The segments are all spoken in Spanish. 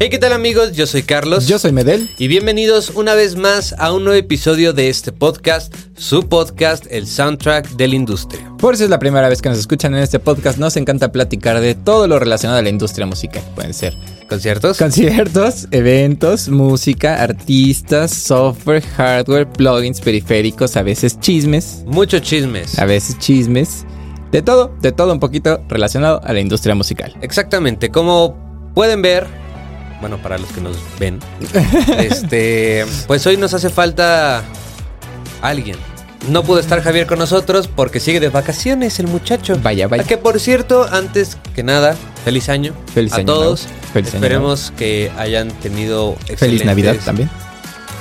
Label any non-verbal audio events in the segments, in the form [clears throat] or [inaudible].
Hey, ¿qué tal amigos? Yo soy Carlos. Yo soy Medel. Y bienvenidos una vez más a un nuevo episodio de este podcast, su podcast, el soundtrack de la industria. Por si es la primera vez que nos escuchan en este podcast, nos encanta platicar de todo lo relacionado a la industria musical. Pueden ser ¿Conciertos? conciertos, eventos, música, artistas, software, hardware, plugins, periféricos, a veces chismes, Muchos chismes. a veces chismes. De todo, de todo un poquito relacionado a la industria musical. Exactamente, como pueden ver, bueno, para los que nos [laughs] ven, este, pues hoy nos hace falta alguien. No pudo estar Javier con nosotros porque sigue de vacaciones el muchacho. Vaya, vaya. A que por cierto, antes que nada, feliz año Feliz a año todos. nuevo. Feliz año Esperemos que hayan tenido Feliz excelentes- Navidad también.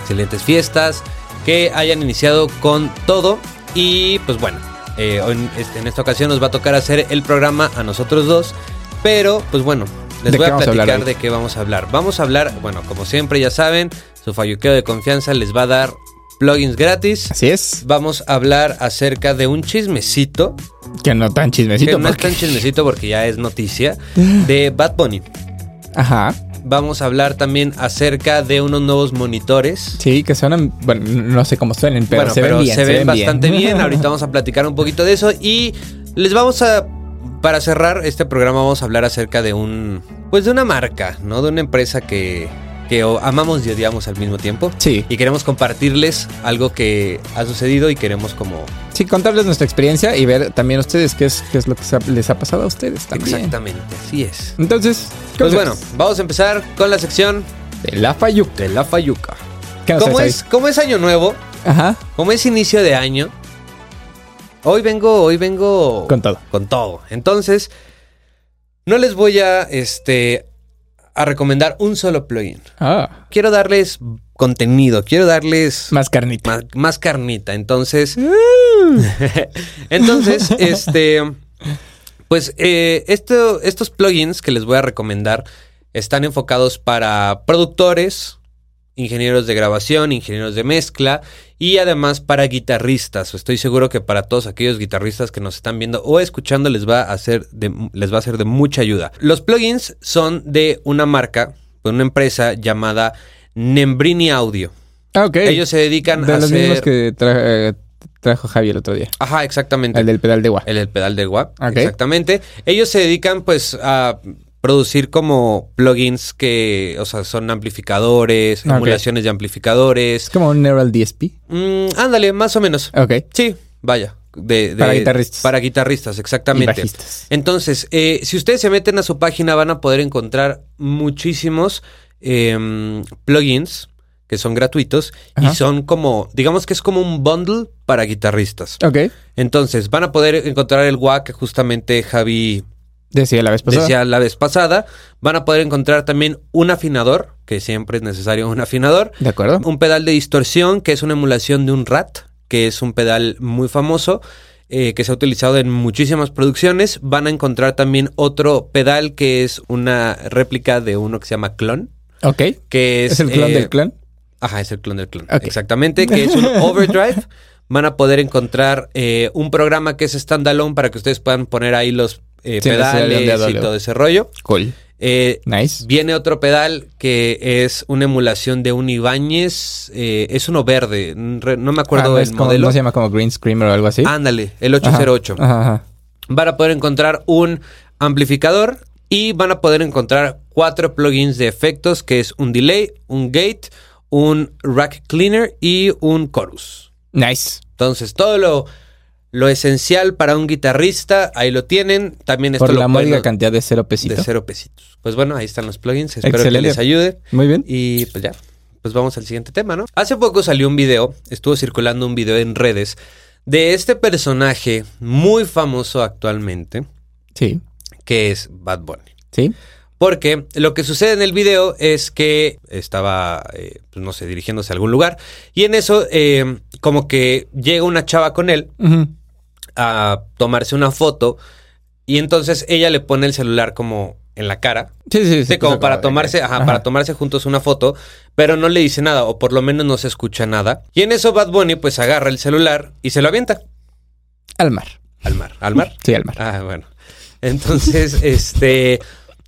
excelentes fiestas, que hayan iniciado con todo. Y pues bueno, eh, hoy en, este- en esta ocasión nos va a tocar hacer el programa a nosotros dos. Pero pues bueno, les ¿De voy qué a vamos a hablar platicar hoy? de qué vamos a hablar. Vamos a hablar, bueno, como siempre ya saben, su falluqueo de confianza les va a dar plugins gratis. Así es. Vamos a hablar acerca de un chismecito, Que no tan chismecito. que no es porque- tan chismecito porque ya es [gasps] noticia, de Bad Bunny. Ajá. Vamos a hablar también acerca de unos nuevos monitores. Sí, que suenan. Bueno, no sé cómo suenen, pero, bueno, se, pero ven bien, se ven bien. bastante bien. [laughs] Ahorita vamos a platicar un poquito de eso y les vamos a para cerrar este programa vamos a hablar acerca de un pues de una marca, ¿no? De una empresa que que o- amamos y odiamos al mismo tiempo. Sí. Y queremos compartirles algo que ha sucedido y queremos como Sí, contarles nuestra experiencia y ver también ustedes qué es, qué es lo que se ha- les ha pasado a ustedes también. exactamente, así es. Entonces, Pues bueno, consejos vamos a empezar con la sección de la Fayuca. de la Fayuca. ¿Qué nos Como traes es, como es año nuevo, ahí? Ajá, como es inicio de año, hoy vengo, hoy vengo con todo. con todo. Entonces, no les voy a, este, a recomendar un solo plugin. Ah, Quiero darles contenido, quiero darles más carnita. ma- más carnita. Entonces, [laughs] entonces, este, pues eh, esto- estos plugins que les voy a recomendar están enfocados para productores, ingenieros de grabación, ingenieros de mezcla y además para guitarristas. Estoy seguro que para todos aquellos guitarristas que nos están viendo o escuchando les va a hacer de, les va a ser de mucha ayuda. Los plugins son de una marca, de una empresa llamada Nembrini Audio. Ah, ok. Ellos se dedican de a los mismos hacer... que tra- eh, trajo Javi el otro día. Ajá, exactamente. El El, del pedal de gua. el pedal del WAP. Ok. Exactamente. Ellos se dedican pues a producir como plugins que, o sea, son amplificadores, Ok. emulaciones de Es amplificadores. como un Neural DSP. Mm, ándale, más o menos. Ok. Sí, vaya. De, de- Eh, Para guitarristas. Para guitarristas, Y exactamente. bajistas. Entonces, eh, si ustedes se meten a su página van a poder encontrar muchísimos em, plugins que son gratuitos Ajá. y son como, digamos que es como un bundle para guitarristas. Ok. Entonces, van a poder encontrar el WAC que justamente Javi Decía la vez pasada. decía la vez pasada. Van a poder encontrar también un afinador, que siempre es necesario un afinador. De acuerdo. Un pedal de distorsión, que es una emulación de un RAT, que es un pedal muy famoso, eh, que se ha utilizado en muchísimas producciones. Van a encontrar también otro pedal que es una réplica de uno que se llama clon. Ok. Que es, Es, el clon eh, del clon. Ajá, es el clon del clon. Ok. Exactamente, que [laughs] es un overdrive. Van a poder encontrar eh, un programa que es standalone para que ustedes puedan poner ahí los eh, Sí, los pedales y LDW. todo ese rollo. Cool. Eh, Nice. viene otro pedal que es una emulación de un Ibáñez. eh, es uno verde. re- No me Ah, acuerdo no del es como- modelo. Ah, ¿No se llama como Green Screamer o algo así? Ándale, el Ajá. Ah. 808 Ajá, ajá. van a poder encontrar un amplificador y van a poder encontrar cuatro plugins de efectos que es un delay, un gate, un rack cleaner y un chorus. Nice. Entonces, todo lo, lo esencial para un guitarrista, ahí lo tienen. También esto Por lo la módica pueden- cantidad de cero pesitos. de cero pesitos. Pues bueno, ahí están los plugins. Espero que Excelente. les ayude. Muy bien. Y pues ya, pues vamos al siguiente tema, ¿no? Hace poco salió un video, estuvo circulando un video en redes de este personaje muy famoso actualmente, Sí. que es Bad Bunny. Sí. Porque lo que sucede en el video es que estaba, eh, pues, no sé, dirigiéndose a algún lugar y en eso eh, como que llega una chava con él Ujú. a tomarse una foto y entonces ella le pone el celular como en la cara, Sí, sí, sí. sí, como pues, para de tomarse, que- ajá, para tomarse juntos una foto, pero no le dice nada o por lo menos no se escucha nada. Y en eso Bad Bunny pues agarra el celular y se lo avienta Al mar. [laughs] al mar, al mar. Sí, al mar. [laughs] Ah, bueno. Entonces, este,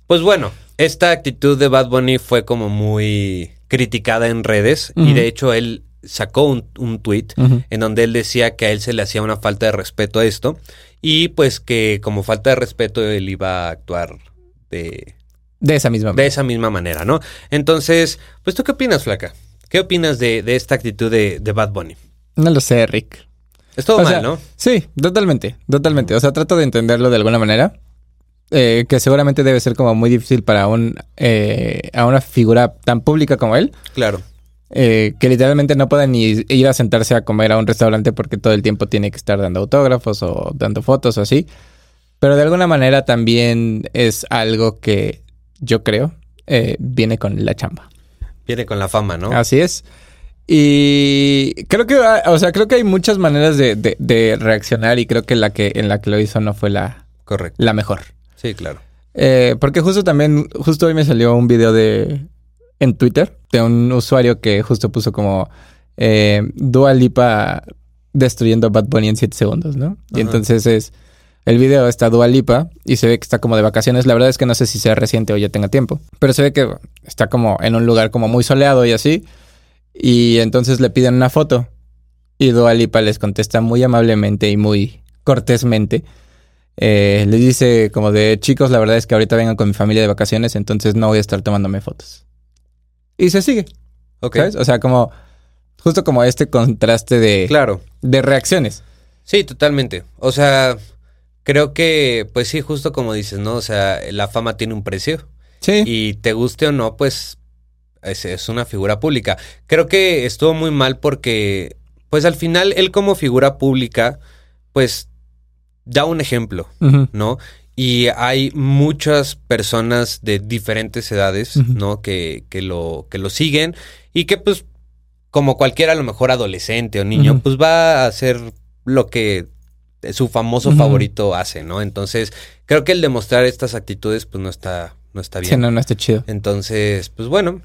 pues bueno, Esta actitud de Bad Bunny fue como muy criticada en redes y Ujú. de hecho él sacó un, un tweet Ujú. en donde él decía que a él se le hacía una falta de respeto a esto y pues que como falta de respeto él iba a actuar de, De esa misma de esa misma manera, ¿no? Entonces, pues tú qué opinas, Flaca? ¿Qué opinas de, de esta actitud de, de Bad Bunny? No lo sé, Rick. Estuvo O mal, sea, ¿no? Sí, totalmente, totalmente. O sea, trato de entenderlo de alguna manera. eh, que seguramente debe ser como muy difícil para un eh, a una figura tan pública como él. Claro. eh, que literalmente no pueda ni ir a sentarse a comer a un restaurante porque todo el tiempo tiene que estar dando autógrafos o dando fotos o así. Pero de alguna manera también es algo que yo creo eh, viene con la chamba. Viene con la fama, ¿no? Así es. Y creo que, ah, o sea, creo que hay muchas maneras de, de- de reaccionar y creo que la que en la que lo hizo no fue la, Correcto. la mejor. Sí, claro. Eh, porque justo también, justo hoy me salió un video de en Twitter de un usuario que justo puso como eh, Dua Lipa destruyendo a Bad Bunny en 7 segundos, ¿no? Y Ajá. entonces es el video está Dua Lipa y se ve que está como de vacaciones. La verdad es que no sé si sea reciente o ya tenga tiempo, pero se ve que está como en un lugar como muy soleado y así. Y entonces le piden una foto y Dua Lipa les contesta muy amablemente y muy cortésmente. Eh, les dice como de chicos, la verdad es que ahorita vengan con mi familia de vacaciones, entonces no voy a estar tomándome fotos. Y se sigue, Ok. ¿sabes? O sea, como justo como este contraste de, Claro. de reacciones. Sí, totalmente. O sea, creo que, pues sí, justo como dices, ¿no? O sea, la fama tiene un precio. Sí. Y te guste o no, pues es, es una figura pública. Creo que estuvo muy mal porque, pues al final, él como figura pública, pues da un ejemplo, Ujú. ¿no? Y hay muchas personas de diferentes edades, Ujú. ¿no? Que, que, lo, que lo siguen y que pues, como cualquiera, a lo mejor adolescente o niño, Ujú. pues va a hacer lo que su famoso Ujú. favorito hace, ¿no? Entonces, creo que el demostrar estas actitudes, pues no está, no está bien. Sí, no, no está chido. Entonces, pues bueno,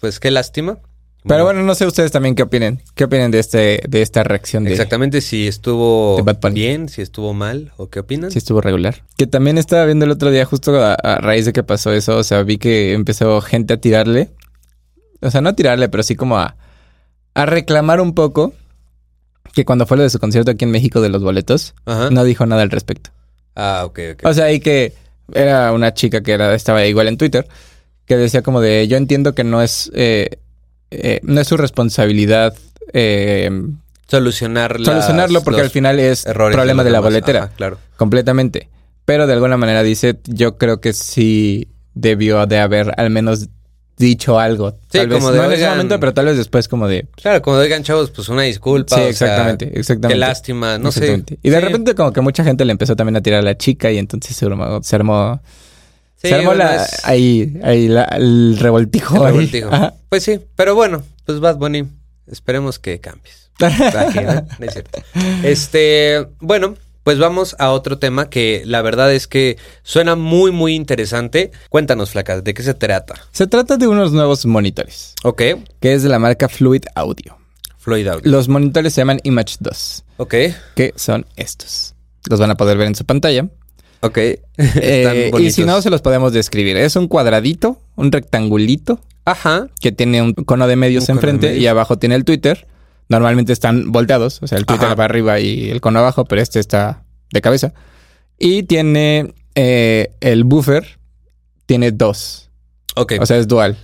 pues qué lástima. Pero bueno, no sé ustedes también qué opinen. ¿Qué opinen de este, de esta reacción de, exactamente si estuvo de Bad Bunny. bien, si estuvo mal o qué opinan. Sí, estuvo regular. Que también estaba viendo el otro día, justo a, a raíz de que pasó eso. O sea, vi que empezó gente a tirarle. O sea, no a tirarle, pero sí como a, a reclamar un poco que cuando fue lo de su concierto aquí en México de los boletos, Ajá. no dijo nada al respecto. Ah, ok, Ah. ok. O sea, y que era una chica que era, estaba igual en Twitter, que decía como de, yo entiendo que no es, eh, eh, no es su responsabilidad eh, Solucionar las- solucionarlo porque los al final es errores problema los de la demás. boletera. Ajá, claro. Completamente. Pero de alguna manera dice, yo creo que sí debió de haber al menos dicho algo. Sí, tal vez, como de, no en ese "Oigan". momento, pero tal vez después como de... Claro, como digan chavos, pues una disculpa. sí, o sea, exactamente, exactamente. Qué lástima, no sé. Exactamente. Y de Sí, repente como que mucha gente le empezó también a tirar a la chica y entonces se armó... Se armó, sí, se armó bueno, la- es- ahí, ahí la- el revoltijo. el ahí. revoltijo. Ajá. Pues sí, pero bueno, pues Bad Bunny, esperemos que [laughs] cambies. Aquí, ¿no? No es cierto. Este, bueno, pues vamos a otro tema que la verdad es que suena muy, muy interesante. Cuéntanos, Flaca, ¿de qué se trata? Se trata de unos nuevos monitores, Ok, que es de la marca Fluid Audio. Floyd Audio. Los monitores se llaman Image 2, Ok, que son estos. Los van a poder ver en su pantalla. ok. Eh, Están y bonitos. si no, se los podemos describir. Es un cuadradito, un rectangulito, Ajá, que tiene un cono de medios Un cono de enfrente medios. y abajo tiene el Twitter. Normalmente están volteados, o sea, el Twitter Ajá. va arriba y el cono abajo, pero este está de cabeza. Y tiene eh, el buffer, tiene dos. ok. O sea, es dual,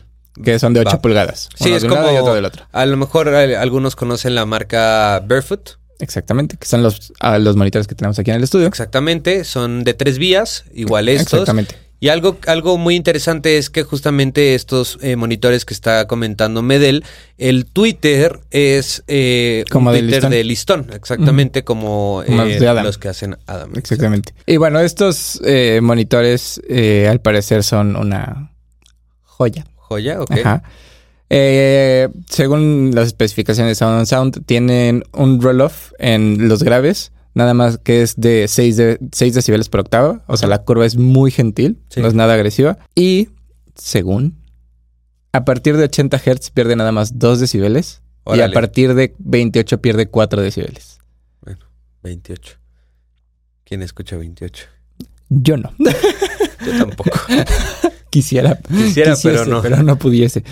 que son de 8 Va. pulgadas. Sí, Uno es de un lado como- y otro del otro. a lo mejor eh, algunos conocen la marca Barefoot. Exactamente, que son los, ah, los monitores que tenemos aquí en el estudio. Exactamente, son de tres vías, igual estos. Exactamente. Y algo, algo muy interesante es que justamente estos eh, monitores que está comentando Medel, el Twitter es eh, un Como de Twitter listón. de listón, exactamente como, Como eh, los de Adam. los que hacen Adam. Exactamente. Y bueno, estos eh, monitores eh, al parecer son una joya. Joya, ok. Ajá. Eh, según las especificaciones de Sound on Sound, tienen un roll-off en los graves, nada más que es de 6, de 6 decibeles por octava. O sea, la curva es muy gentil, Sí. no es nada agresiva. Y según, a partir de 80 Hz pierde nada más 2 decibeles. Y a Órale, partir de 28 pierde 4 decibeles. 28. ¿Quién escucha 28? Yo no. [laughs] Yo tampoco. Quisiera, Quisiera, quisiese, pero no. pudiese.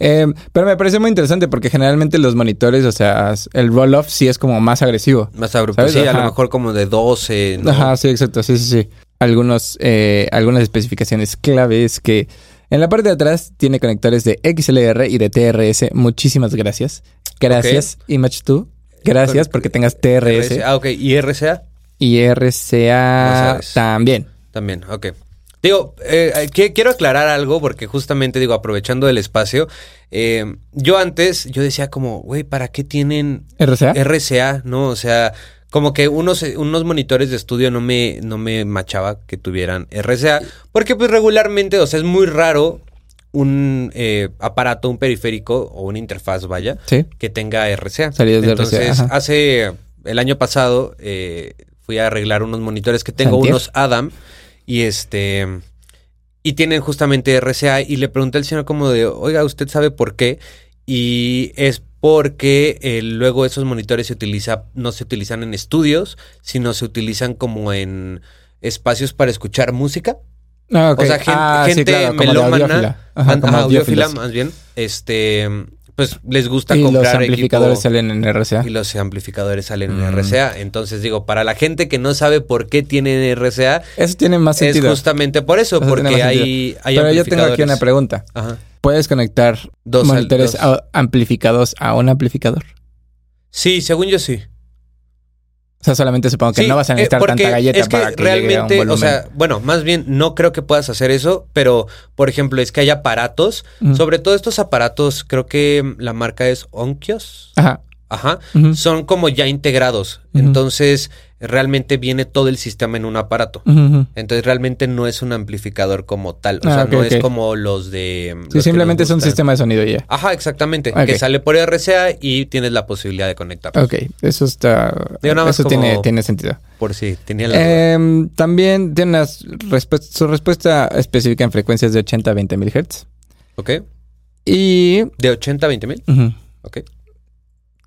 Eh, pero me pareció muy interesante porque generalmente los monitores, o sea, el roll-off sí es como más agresivo. Más abrupto. ¿Sabes? Sí, a lo Ajá. mejor como de 12. ¿no? Ajá, sí, exacto, sí, sí, sí. Algunos, eh, algunas especificaciones clave es que en la parte de atrás tiene conectores de XLR y de TRS. Muchísimas gracias. Gracias, Image2. Gracias porque tengas TRS Ah, ok. ¿Y RCA? y No RCA sabes. también. También, ok. Digo, eh, eh, que- quiero aclarar algo porque justamente, digo, aprovechando el espacio, eh, yo antes, yo decía como, güey, ¿para qué tienen ¿RCA? RCA? ¿No? O sea, como que unos, unos monitores de estudio no me, no me machaba que tuvieran RCA, porque pues regularmente, o sea, es muy raro un eh, aparato, un periférico o una interfaz, vaya, sí. que tenga RCA. Salidas de Entonces, RCA, ajá. hace el año pasado eh, fui a arreglar unos monitores que tengo, Antier. unos Adam, y este. Y tienen justamente RCA. Y le pregunté al señor como de, oiga, ¿usted sabe por qué? Y es porque eh, luego esos monitores se utiliza, no se utilizan en estudios, sino se utilizan como en espacios para escuchar música. Ah, ok. O sea, gen- Ah, sí, gente claro, como de melómana, audiófila. Ajá, an- como ajá, audiófila audiófilos. más bien, este, pues les gusta Y los comprar amplificadores equipo salen en RCA. y los amplificadores salen en Ah. Mm. RCA. Entonces digo, para la gente que no sabe por qué tienen RCA, Eso tiene más es sentido. justamente por eso, Eso tiene porque más hay, hay Pero yo tengo aquí una amplificadores. pregunta. Ajá. ¿Puedes conectar Dos al- monitores dos. a- amplificados a un amplificador? Sí, según yo sí. O sea, solamente supongo que Sí, no vas a eh, necesitar porque tanta galleta es que para que llegue a un realmente, volumen. o sea, bueno, más bien no creo que puedas hacer eso, pero por ejemplo, es que hay aparatos, Ujú. sobre todo estos aparatos, creo que mm, la marca es Onkios. Ajá. Ajá. Ujú. son como ya integrados. Mm. Ujú. Entonces, realmente viene todo el sistema en un aparato. Ujú, ujú. Entonces, realmente no es un amplificador como tal. O Ah, sea, ok, no ok. es como los de. los que Sí, nos simplemente es un gustan. sistema de sonido y ya. Ajá, exactamente. Ok. Ah. Que sale por RCA y tienes la posibilidad de conectarlos. Ok, eso está. Digo, nada más eso como- tiene, tiene sentido. Por si tenía la duda. Em, también tiene unas respues- su respuesta específica en frecuencias de 80 a 20 mil Hz. ¿Ok? Y. De 80 a 20 mil. ujú, Ok.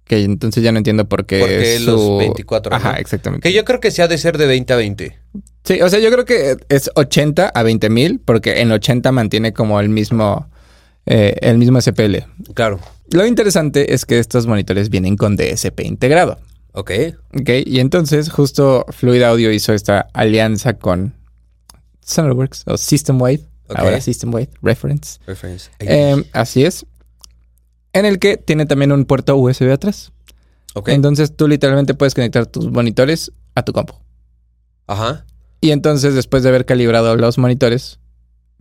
Ok, entonces ya no entiendo por qué. Porque su- los 24. ¿no? Ajá, exactamente. Que yo creo que se ha de ser de 20 a 20. Sí, o sea, yo creo que es 80 a 20 mil, porque en 80 mantiene como el mismo, eh, el mismo SPL. Claro. Lo interesante es que estos monitores vienen con DSP integrado. Ok. Ok, y entonces justo Fluid Audio hizo esta alianza con SonarWorks o SystemWave, Ok. ahora SystemWave Reference. Reference. Eh, así es. En el que tiene también un puerto USB atrás. ok. Entonces tú literalmente puedes conectar tus monitores a tu compu. Ajá. Y entonces, después de haber calibrado los monitores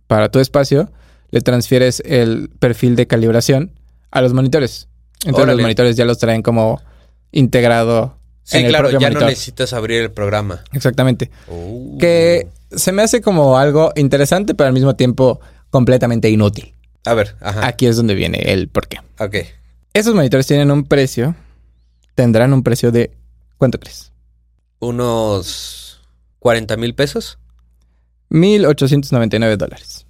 para tu espacio, le transfieres el perfil de calibración a los monitores. Entonces, Órale. los monitores ya los traen como integrado. Sí, En el claro, ya propio no monitor. necesitas abrir el programa. Exactamente. Oh. Que se me hace como algo interesante, pero al mismo tiempo completamente inútil. A ver, ajá. Aquí es donde viene el porqué. Ok. Esos monitores tienen un precio. Tendrán un precio de. ¿Cuánto crees? Unos 40 mil pesos. 1899 dólares.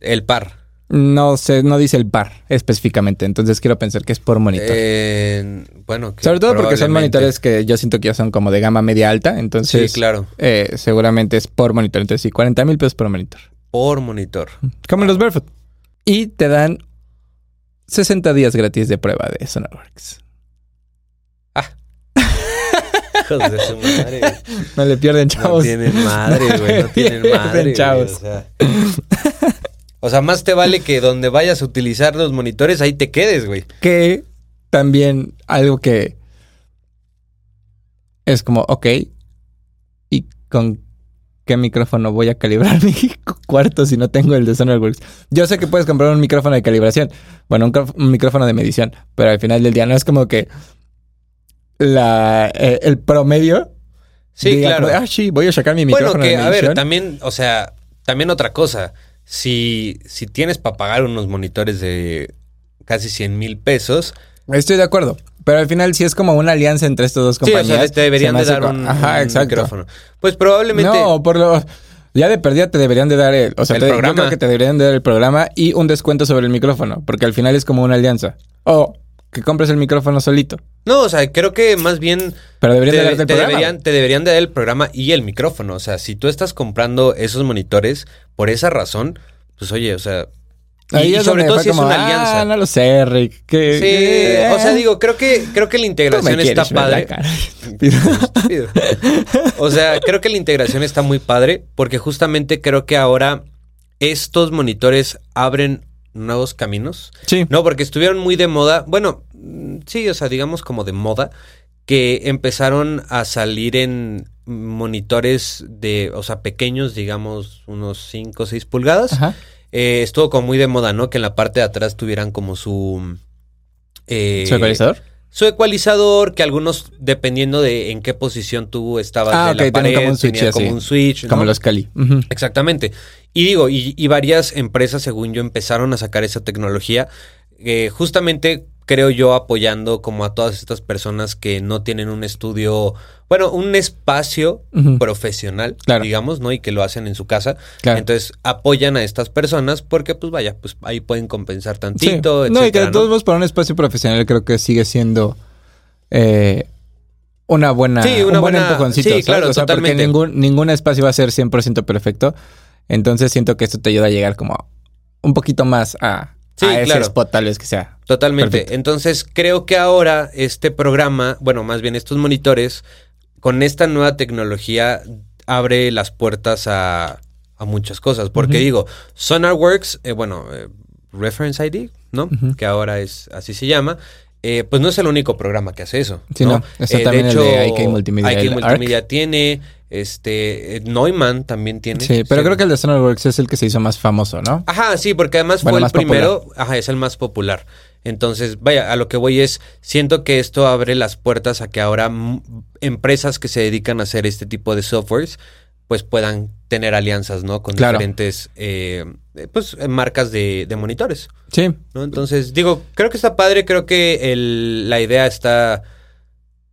El par. No sé, no dice el par específicamente, entonces quiero pensar que es por monitor. Eh, bueno, que Sobre todo porque son probablemente- monitores que yo siento que ya son como de gama media alta, entonces Sí, claro. eh, seguramente es por monitor. Entonces sí, 40 mil pesos por monitor. Por [laughs] monitor. Como los Barefoot. Y te dan 60 días gratis de prueba de Sonarworks. Hijos de su madre. güey. No le pierden, No [laughs] chavos. tienen madre, güey. [laughs] No tienen madre. güey, Chavos. O, sea. O sea, más te vale que donde vayas a utilizar los monitores, ahí te quedes, güey. Que también algo que es como, ok, ¿y con qué micrófono voy a calibrar [laughs] mi cuarto si no tengo el de Sonarworks? Yo sé que puedes comprar un micrófono de calibración, bueno, un, crof- un micrófono de medición, pero al final del día no es como que la, eh, el promedio. Sí, diga claro. como, ah, sí, voy a sacar mi micrófono Bueno, que de a medición. ver, también, o sea, también otra cosa. Si, si tienes para pagar unos monitores de casi 100 mil pesos, Estoy de acuerdo. Pero al final sí es como una alianza entre estas dos sí, o compañías. sea, te deberían Se me de hace dar como- un, Ajá, un exacto. micrófono. Pues probablemente. No, por lo. Ya de perdida te deberían de dar el, o sea, El te- yo programa. creo que te deberían de dar el programa y un descuento sobre el micrófono, porque al final es como una alianza. O que compres el micrófono solito. No, o sea, creo que más bien Pero te, deberían de darte el te programa. deberían, te deberían de dar el programa y el micrófono. O sea, si tú estás comprando esos monitores por esa razón, pues oye, o sea. y- Ahí y, es sobre donde todo fue si es como, una "Ah, alianza. no lo sé, Rick. que- eh, Sí, o sea, digo, creo que, creo que la tú me integración está quieres ver la padre. [laughs] cara estúpido. Estúpido. O sea, creo que la integración está muy padre porque justamente creo que ahora estos monitores abren nuevos caminos. Sí. No, porque estuvieron muy de moda. Bueno, mm, sí, o sea, digamos como de moda, que empezaron a salir en monitores de, o sea, pequeños, digamos, unos 5 o 6 pulgadas. Ajá. Eh, estuvo como muy de moda, ¿no? Que en la parte de atrás tuvieran como su... eh, ¿Soy ecualizador? su ecualizador, que algunos, dependiendo de en qué posición tú estabas Ah, de la ok, tienen pared, como un switch tenía como así. un switch, ¿no? Como los Cali. Ujú. Exactamente. Y digo, y, y varias empresas, según yo, empezaron a sacar esa tecnología, eh, justamente creo yo apoyando como a todas estas personas que no tienen un estudio, bueno, un espacio Ujú. profesional, Claro. digamos, ¿no? Y que lo hacen en su casa. Claro. Entonces apoyan a estas personas porque, pues vaya, pues ahí pueden compensar tantito, Sí. etcétera, No, y que de ¿no? todos modos para un espacio profesional creo que sigue siendo eh, una buena, Sí, una un buen buena- empujoncito. sí, ¿sabes? claro, o sea, totalmente. Porque ningún, ningún espacio va a ser 100% perfecto. Entonces siento que esto te ayuda a llegar como un poquito más a, Sí, a ese claro. spot tal vez que sea. Totalmente. Perfecto. Entonces, creo que ahora este programa, bueno, más bien estos monitores, con esta nueva tecnología abre las puertas a, a muchas cosas. Porque Ujú. digo, SonarWorks, eh, bueno, eh, Reference ID, ¿no? Ujú. Que ahora es así se llama. eh, pues no es el único programa que hace eso. Eh, Sí, no. Está también el de IK Multimedia, IK el Multimedia tiene, este, eh, Neumann también tiene. Sí, pero creo que el de Sonarworks es el que se hizo más famoso, ¿no? Ajá, sí, porque además Bueno, fue el más popular. primero, ajá, es el más popular. Entonces, vaya, a lo que voy es, siento que esto abre las puertas a que ahora mm, empresas que se dedican a hacer este tipo de softwares, pues puedan tener alianzas, ¿no? Con Claro. diferentes, eh, eh, pues, eh, marcas de, de monitores, Sí. ¿no? Entonces, digo, creo que está padre, creo que el- la idea está,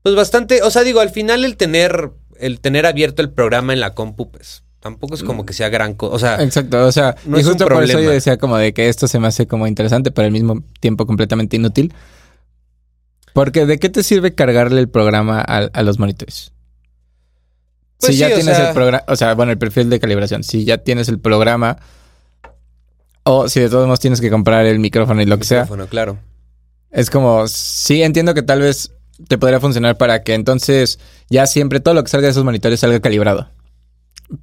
pues, bastante, o sea, digo, al final el tener, el tener abierto el programa en la compu, pues, tampoco es Mm. como que sea gran cosa, o sea... Exacto, o sea, No y es un justo por eso problema. yo decía como de que esto se me hace como interesante, pero al mismo tiempo completamente inútil. Porque ¿de qué te sirve cargarle el programa a, a los monitores? Pues si ya sí, o tienes sea- el programa, o sea, bueno, el perfil de calibración, si ya tienes el programa, o si de todos modos tienes que comprar el micrófono y lo que sea, micrófono, claro. es como, sí, entiendo que tal vez te podría funcionar para que entonces ya siempre todo lo que salga de esos monitores salga calibrado.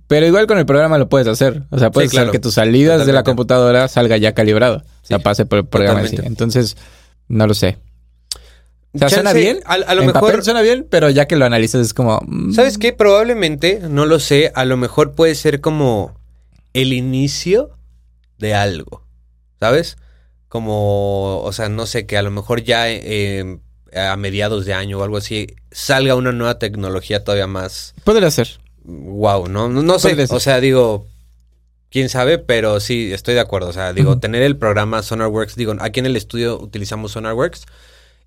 Pero igual con el programa lo puedes hacer. O sea, puedes Sí, claro. hacer que tus salidas de la Totalmente. computadora salga ya calibrado. O sea, Sí, pase por el programa. en sí. totalmente. Entonces, no lo sé. O sea, Chance, suena bien. A, a lo en mejor, papel suena bien, pero ya que lo analizas es como... mm, ¿sabes qué? Probablemente, no lo sé, a lo mejor puede ser como el inicio de algo, ¿sabes? Como, o sea, no sé, que a lo mejor ya eh, a mediados de año o algo así salga una nueva tecnología todavía más Podría ser. wow, ¿no? No, no sé, Podría ser. o sea, digo, quién sabe, pero sí, estoy de acuerdo. O sea, digo, Ujú. tener el programa SonarWorks, digo, aquí en el estudio utilizamos SonarWorks,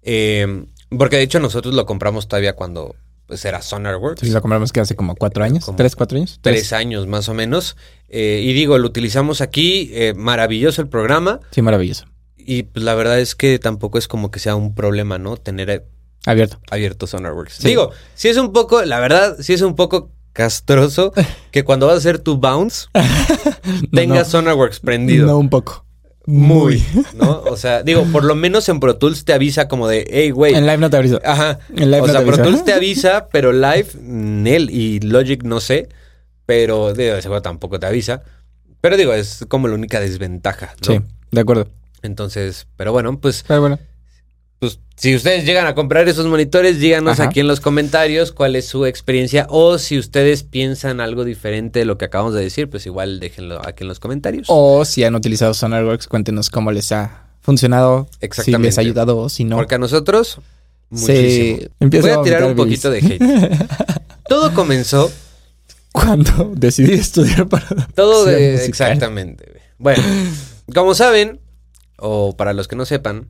eh, porque de hecho nosotros lo compramos todavía cuando pues, era SonarWorks. Entonces lo compramos que hace como cuatro años. Como ¿Tres, cuatro años? Tres años más o menos. Eh, y digo, lo utilizamos aquí, eh, maravilloso el programa. Sí, maravilloso. Y pues, la verdad es que tampoco es como que sea un problema, ¿no? Tener eh, Abierto. abierto Sonarworks. Sí. Digo, si es un poco, la verdad, si es un poco [laughs] castroso que cuando vas a hacer tu bounce tengas no, Sonarworks no, prendido. no, un poco. Muy, ¿no? O sea, digo, por lo menos en Pro Tools te avisa como de, hey, güey. En live no te abrizo. Ajá. En live o no sea, te Pro avisa. Tools te avisa, pero Live, Nel y Logic no sé. Pero digo, de seguro tampoco te avisa. Pero digo, es como la única desventaja, ¿no? Sí, de acuerdo. Entonces, pero bueno, pues, Pero bueno. pues, si ustedes llegan a comprar esos monitores, díganos Ajá. aquí en los comentarios cuál es su experiencia. O si ustedes piensan algo diferente de lo que acabamos de decir, pues igual déjenlo aquí en los comentarios. O si han utilizado Sonarworks, cuéntenos cómo les ha funcionado. Si Exactamente. les ha ayudado o si no. Porque a nosotros, Sí, muchísimo. empieza Voy a a tirar un poquito vomitar de hate. [laughs] Todo comenzó, Cuando [laughs] decidí estudiar para... todo ser de... musical. Exactamente. güey. Bueno, como saben, o para los que no sepan,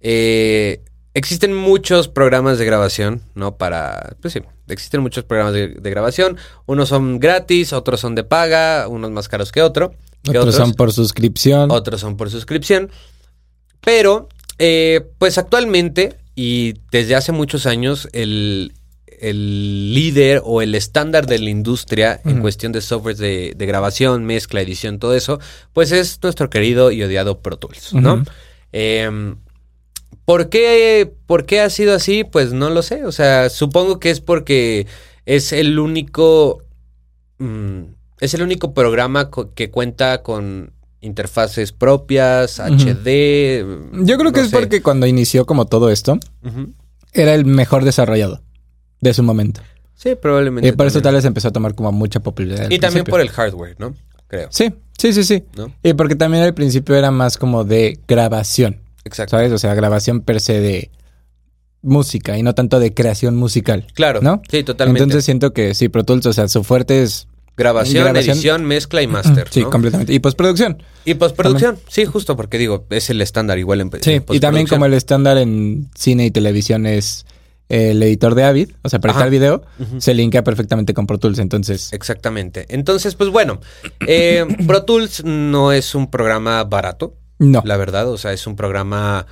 eh, existen muchos programas de grabación, ¿no? Para... Pues sí, existen muchos programas de, de grabación. Unos son gratis, otros son de paga, unos más caros que otro. que Otros, son por suscripción. otros son por suscripción. Pero, eh, pues actualmente y desde hace muchos años, el, el líder o el estándar de la industria en cuestión de softwares de, de grabación, mezcla, edición, todo eso, pues es nuestro querido y odiado Pro Tools, ¿no? Ujú. Em, ¿por, qué, por qué ha sido así? Pues no lo sé. O sea, supongo que es porque es el único. mm, es el único programa co- que cuenta con interfaces propias, Ujú. HD. Yo creo que no es sé. porque cuando inició como todo esto, Ujú. era el mejor desarrollado de su momento. Sí, probablemente. Y Eh, por eso tal también. vez empezó a tomar como mucha popularidad. al Y también principio. por el hardware, ¿no? Creo. Sí, sí, sí, sí. ¿No? Y porque también al principio era más como de grabación, Exacto. ¿sabes? O sea, grabación per se de música y no tanto de creación musical. Claro. ¿No? Sí, totalmente. Entonces siento que sí, Pro Tools, o sea, su fuerte es... grabación, grabación- edición, mezcla y master. Sí, ¿no? completamente. Y postproducción. Y postproducción. Sí, justo porque digo, es el estándar igual en en Y también postproducción. como el estándar en cine y televisión es el editor de Avid, o sea, para Ajá. editar video, Ujú. se linkea perfectamente con Pro Tools. Entonces, Exactamente. Entonces, pues bueno, eh, [clears throat] Pro Tools no es un programa barato, no. [laughs] la verdad. O sea, es un programa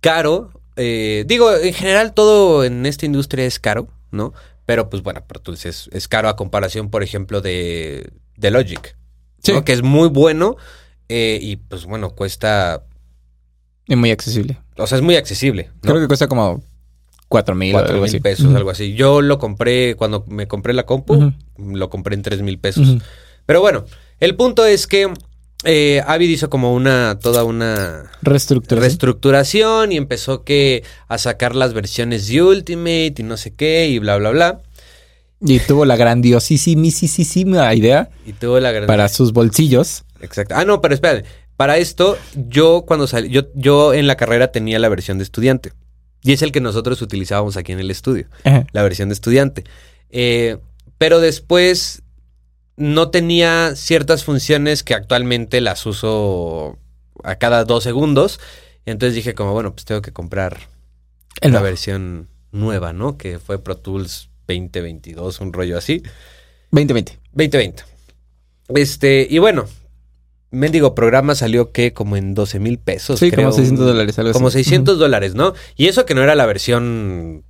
caro. Eh, digo, en general todo en esta industria es caro, ¿no? Pero pues bueno, Pro Tools es, es caro a comparación, por ejemplo, de, de Logic, Sí, ¿no? que es muy bueno eh, y pues bueno, cuesta, y muy accesible. o sea, es muy accesible. ¿no? Creo que cuesta como 4 mil o cuatro algo mil así. pesos, Ujú. algo así. Yo lo compré, cuando me compré la compu, Ujú. lo compré en tres mil pesos. Ujú. Pero bueno, el punto es que eh, Avid hizo como una, toda una Reestructuración. reestructuración y empezó que a sacar las versiones de Ultimate y no sé qué y bla, bla, bla. y tuvo la grandiosísima idea Y tuvo la gran... para sus bolsillos. Exacto. Ah, no, pero espérate. Para esto, yo cuando salí, yo, yo en la carrera tenía la versión de estudiante. Y es el que nosotros utilizábamos aquí en el estudio. Ajá. la versión de estudiante. Eh, pero después no tenía ciertas funciones que actualmente las uso a cada dos segundos. Entonces dije como, bueno, pues tengo que comprar El la bajo. versión nueva, ¿no? Que fue Pro Tools 2022, un rollo así. 2020. 2020. Este, y bueno, mendigo programa salió que como en 12 mil pesos. Sí, como creo, 600 un- dólares, algo así. Como 600 dólares, ¿no? Y eso que no era la versión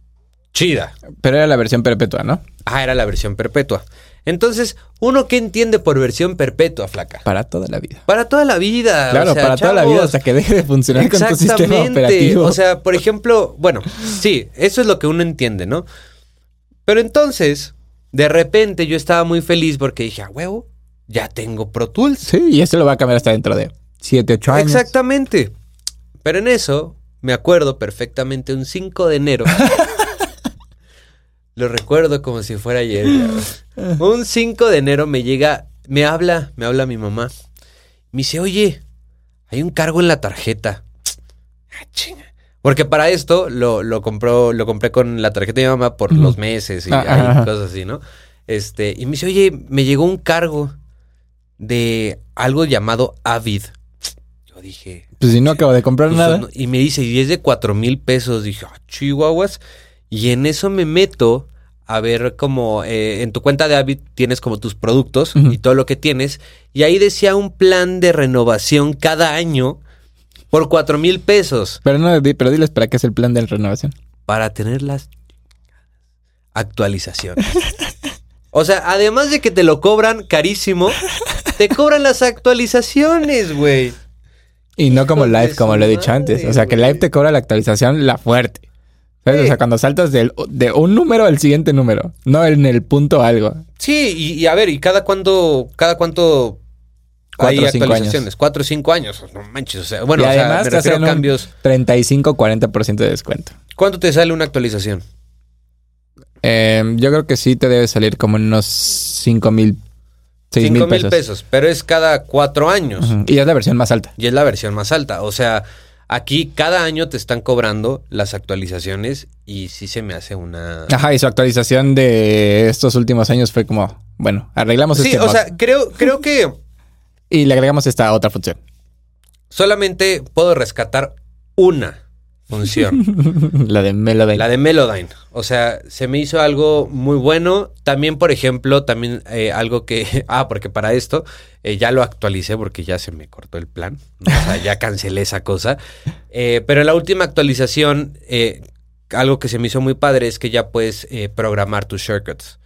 chida. Pero era la versión perpetua, ¿no? Ah, era la versión perpetua. Entonces, ¿uno qué entiende por versión perpetua, flaca? Para toda la vida. Para toda la vida. Claro, o sea, para toda la chavos, vida hasta que deje de funcionar con tu sistema Exactamente. operativo. O sea, por ejemplo, bueno, sí, eso es lo que uno entiende, ¿no? Pero entonces, de repente yo estaba muy feliz porque dije, a huevo, ya tengo Pro Tools. sí, y esto lo va a cambiar hasta dentro de 7, 8 años. Exactamente. Pero en eso, me acuerdo perfectamente, un 5 de [laughs] enero. lo recuerdo como si fuera [laughs] ayer. ya. Un 5 de enero me llega, me habla, me habla mi mamá. Me dice, oye, hay un cargo en la tarjeta. Ah, chinga. Porque para esto lo, lo compró, lo compré con la tarjeta de mi mamá por Ujú. los meses y Ah, ahí, ajá, ajá. cosas así, ¿no? Este, y me dice, oye, me llegó un cargo de algo llamado Avid. Yo dije, Pues si no acabo de comprar pues, nada. no- y me dice, y es de cuatro mil pesos. Dije, ah, chihuahuas. Y en eso me meto a ver como eh, en tu cuenta de Avid tienes como tus productos Ujú. y todo lo que tienes. Y ahí decía un plan de renovación cada año por cuatro mil pesos Pero no, di- pero diles para qué es el plan de renovación. para tener las actualizaciones. O sea, además de que te lo cobran carísimo, te cobran las actualizaciones, güey. Y no como Hijo de live, como su lo he dicho madre, antes. O sea, que güey. live te cobra la actualización la fuerte. ¿Sabes? Sí. O sea, cuando saltas del- de un número al siguiente número, no en el punto algo. Sí, y, y a ver, ¿y cada cuánto, cada cuánto Cuatro hay o cinco actualizaciones? Cuatro o cinco años. No manches, o sea, bueno, y o sea, además me te refiero a hacen un cambios. 35, 40% de descuento. ¿Cuánto te sale una actualización? Eh, yo creo que sí te debe salir como unos 5 mil, 6 Cinco mil pesos. pero es cada cuatro años. Ujú. Y es la versión más alta. Y es la versión más alta. O sea, aquí cada año te están cobrando las actualizaciones y sí se me hace una... Ajá, y su actualización de estos últimos años fue como, bueno, arreglamos Sí, este o bug sea, creo, creo que y le agregamos esta otra función. [laughs] solamente puedo rescatar [laughs] una función. la de Melodyne. La de Melodyne. O sea, se me hizo algo muy bueno. También, por ejemplo, también eh, algo que... [laughs] Ah, porque para esto eh, ya lo actualicé porque ya se me cortó el plan. O sea, ya cancelé esa cosa. Eh, pero en la última actualización eh, algo que se me hizo muy padre es que ya puedes eh, programar tus shortcuts.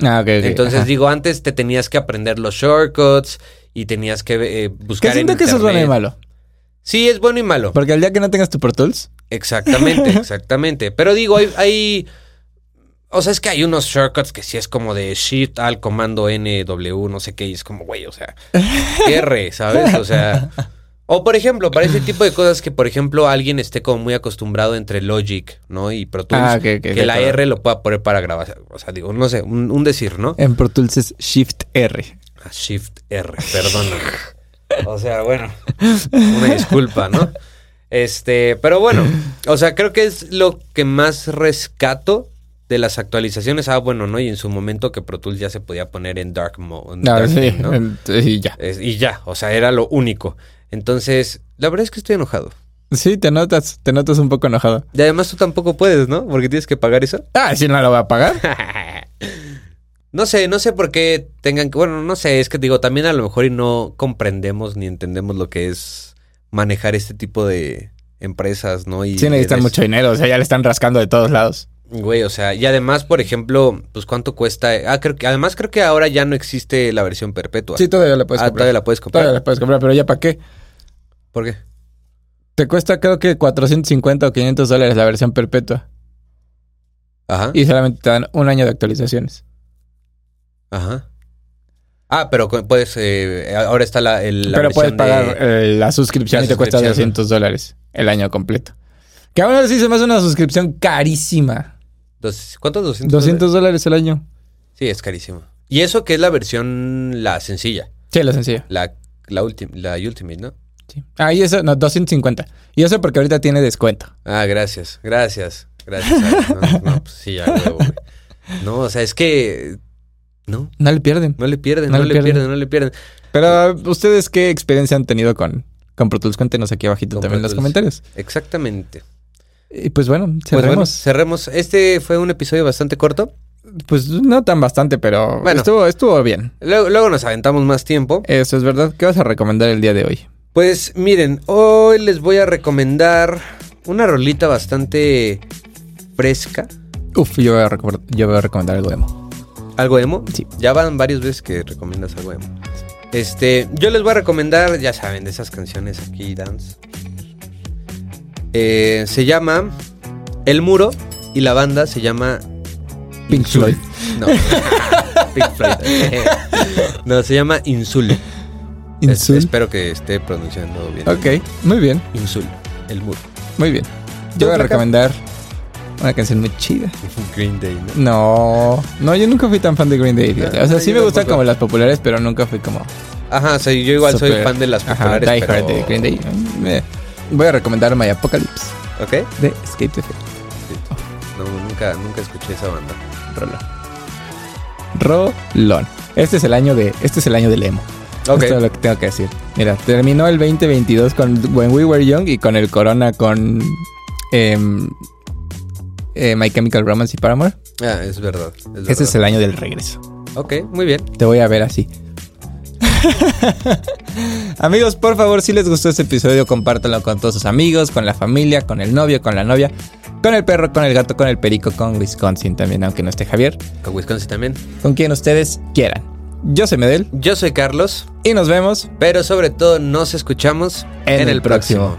Ah, ok, ok. Entonces ajá. digo, antes te tenías que aprender los shortcuts y tenías que eh, buscar que siento en que eso es bueno y internet. malo. Sí, es bueno y malo. Porque el día que no tengas tu Pro Tools, [laughs] Exactamente, exactamente. Pero digo, hay, hay- O sea, es que hay unos shortcuts que sí es como de shift al comando NW, no sé qué, y es como, güey, o sea, [laughs] R, ¿sabes? O sea. O por ejemplo, para ese tipo de cosas que, por ejemplo, alguien esté como muy acostumbrado entre Logic, ¿no? Y Pro Tools, Ah, ok, ok, que de la acuerdo. R lo pueda poner para grabar. O sea, digo, no sé, un, un decir, ¿no? en Pro Tools es Shift R. Ah, Shift R, perdóname. O sea, bueno, una disculpa, ¿no? Este, pero bueno, o sea, creo que es lo que más rescato de las actualizaciones. Ah, bueno, ¿no? Y en su momento que Pro Tools ya se podía poner en Dark Mode. en No, dark Ah, sí, mode, ¿no? entonces, y ya. Es- y ya, o sea, era lo único. Entonces, la verdad es que estoy enojado. Sí, te notas, te notas un poco enojado. Y además tú tampoco puedes, ¿no? Porque tienes que pagar eso. Ah, si no lo va [laughs] a pagar. No sé, no sé por qué tengan que. Bueno, no sé, es que digo, también a lo mejor y no comprendemos ni entendemos lo que es manejar este tipo de empresas, ¿no? Y Sí, necesitan líderes. mucho dinero, o sea, ya le están rascando de todos lados. Güey, o sea, y además, por ejemplo, pues cuánto cuesta. Ah, creo que. Además, creo que ahora ya no existe la versión perpetua. Sí, todavía la puedes ah, comprar. todavía la puedes comprar. Todavía la puedes comprar, pero ya para qué. ¿Por qué? Te cuesta creo que 450 o 500 dólares la versión perpetua Ajá. y solamente te dan un año de actualizaciones. Ajá. Ah, pero cu- puedes. eh, ahora está la. el- la pero puedes versión de- pagar eh, la suscripción la y te cuesta suscripción. 200 dólares el año completo. Que aún así se me hace una suscripción carísima. dos- ¿Cuántos? 200. 200 dólares el año. Sí, es carísimo. Y eso que es la versión, la sencilla, Sí, lo sencillo. la, la, ulti- la Ultimate, ¿no? Sí. Ah, y eso, no, 250. Y eso porque ahorita tiene descuento. Ah, gracias, gracias, gracias. Alex. No, no, pues sí, ya huevo, güey. No, o sea, es que. No, No le pierden. no le pierden, no, le pierden. no le pierden. Pero ustedes qué experiencia han tenido con, con Pro Tools? Cuéntenos aquí abajito Con también Pro en los Tools. comentarios. Exactamente. Y pues bueno, Pues bueno, cerremos. cerremos. Este fue un episodio bastante corto. Pues no tan bastante, pero Bueno. estuvo, estuvo bien. Luego, luego nos aventamos más tiempo. Eso es verdad. ¿Qué vas a recomendar el día de hoy? Pues miren, hoy les voy a recomendar una rolita bastante fresca. Uf, yo voy a, recomendar- yo voy a recomendar algo emo. ¿Algo emo? Sí. Ya van varias veces que recomiendas algo emo. Este, yo les voy a recomendar, ya saben, de esas canciones aquí, dance. Eh, se llama El Muro y la banda se llama... Pink Insul. Floyd. [laughs] No. Pink Floyd. [laughs] no, se llama Insul. Es- Insul. espero que esté pronunciando bien. Ok, muy bien, Insul, El [laughs] Muro. muy bien. ¿Tú, Yo voy a Flaca? recomendar una canción muy chida. Green Day, ¿no? No, no, yo nunca fui tan fan de Green Day. tío. No, o sea, no, sí Ah, yo me gustan tampoco. como las populares, pero nunca fui como... Ajá, o sea, yo igual soy súper- fan de las Ajá, populares, Die pero... Hard de Green Day. Mm, Me- Voy a recomendar My Apocalypse ¿Ok? de Escape the Fate. No, nunca, nunca escuché esa banda. Rolón. Rolón. Este es el año de, este es el año del emo. Ok. Esto es lo que tengo que decir. Mira, terminó el 2022 con When We Were Young y con el Corona con em, eh, My Chemical Romance y Paramore. Ah, es verdad. Es Este es verdad. el año del regreso. Ok, muy bien. Te voy a ver así. [laughs] amigos, por favor, si les gustó este episodio, compártanlo con todos sus amigos, con la familia, con el novio, con la novia, con el perro, con el gato, con el perico, con Wisconsin también, aunque no esté Javier, Con Wisconsin también. con quien ustedes quieran. Yo soy Medel Yo soy Carlos, y nos vemos pero sobre todo nos escuchamos en, el próximo.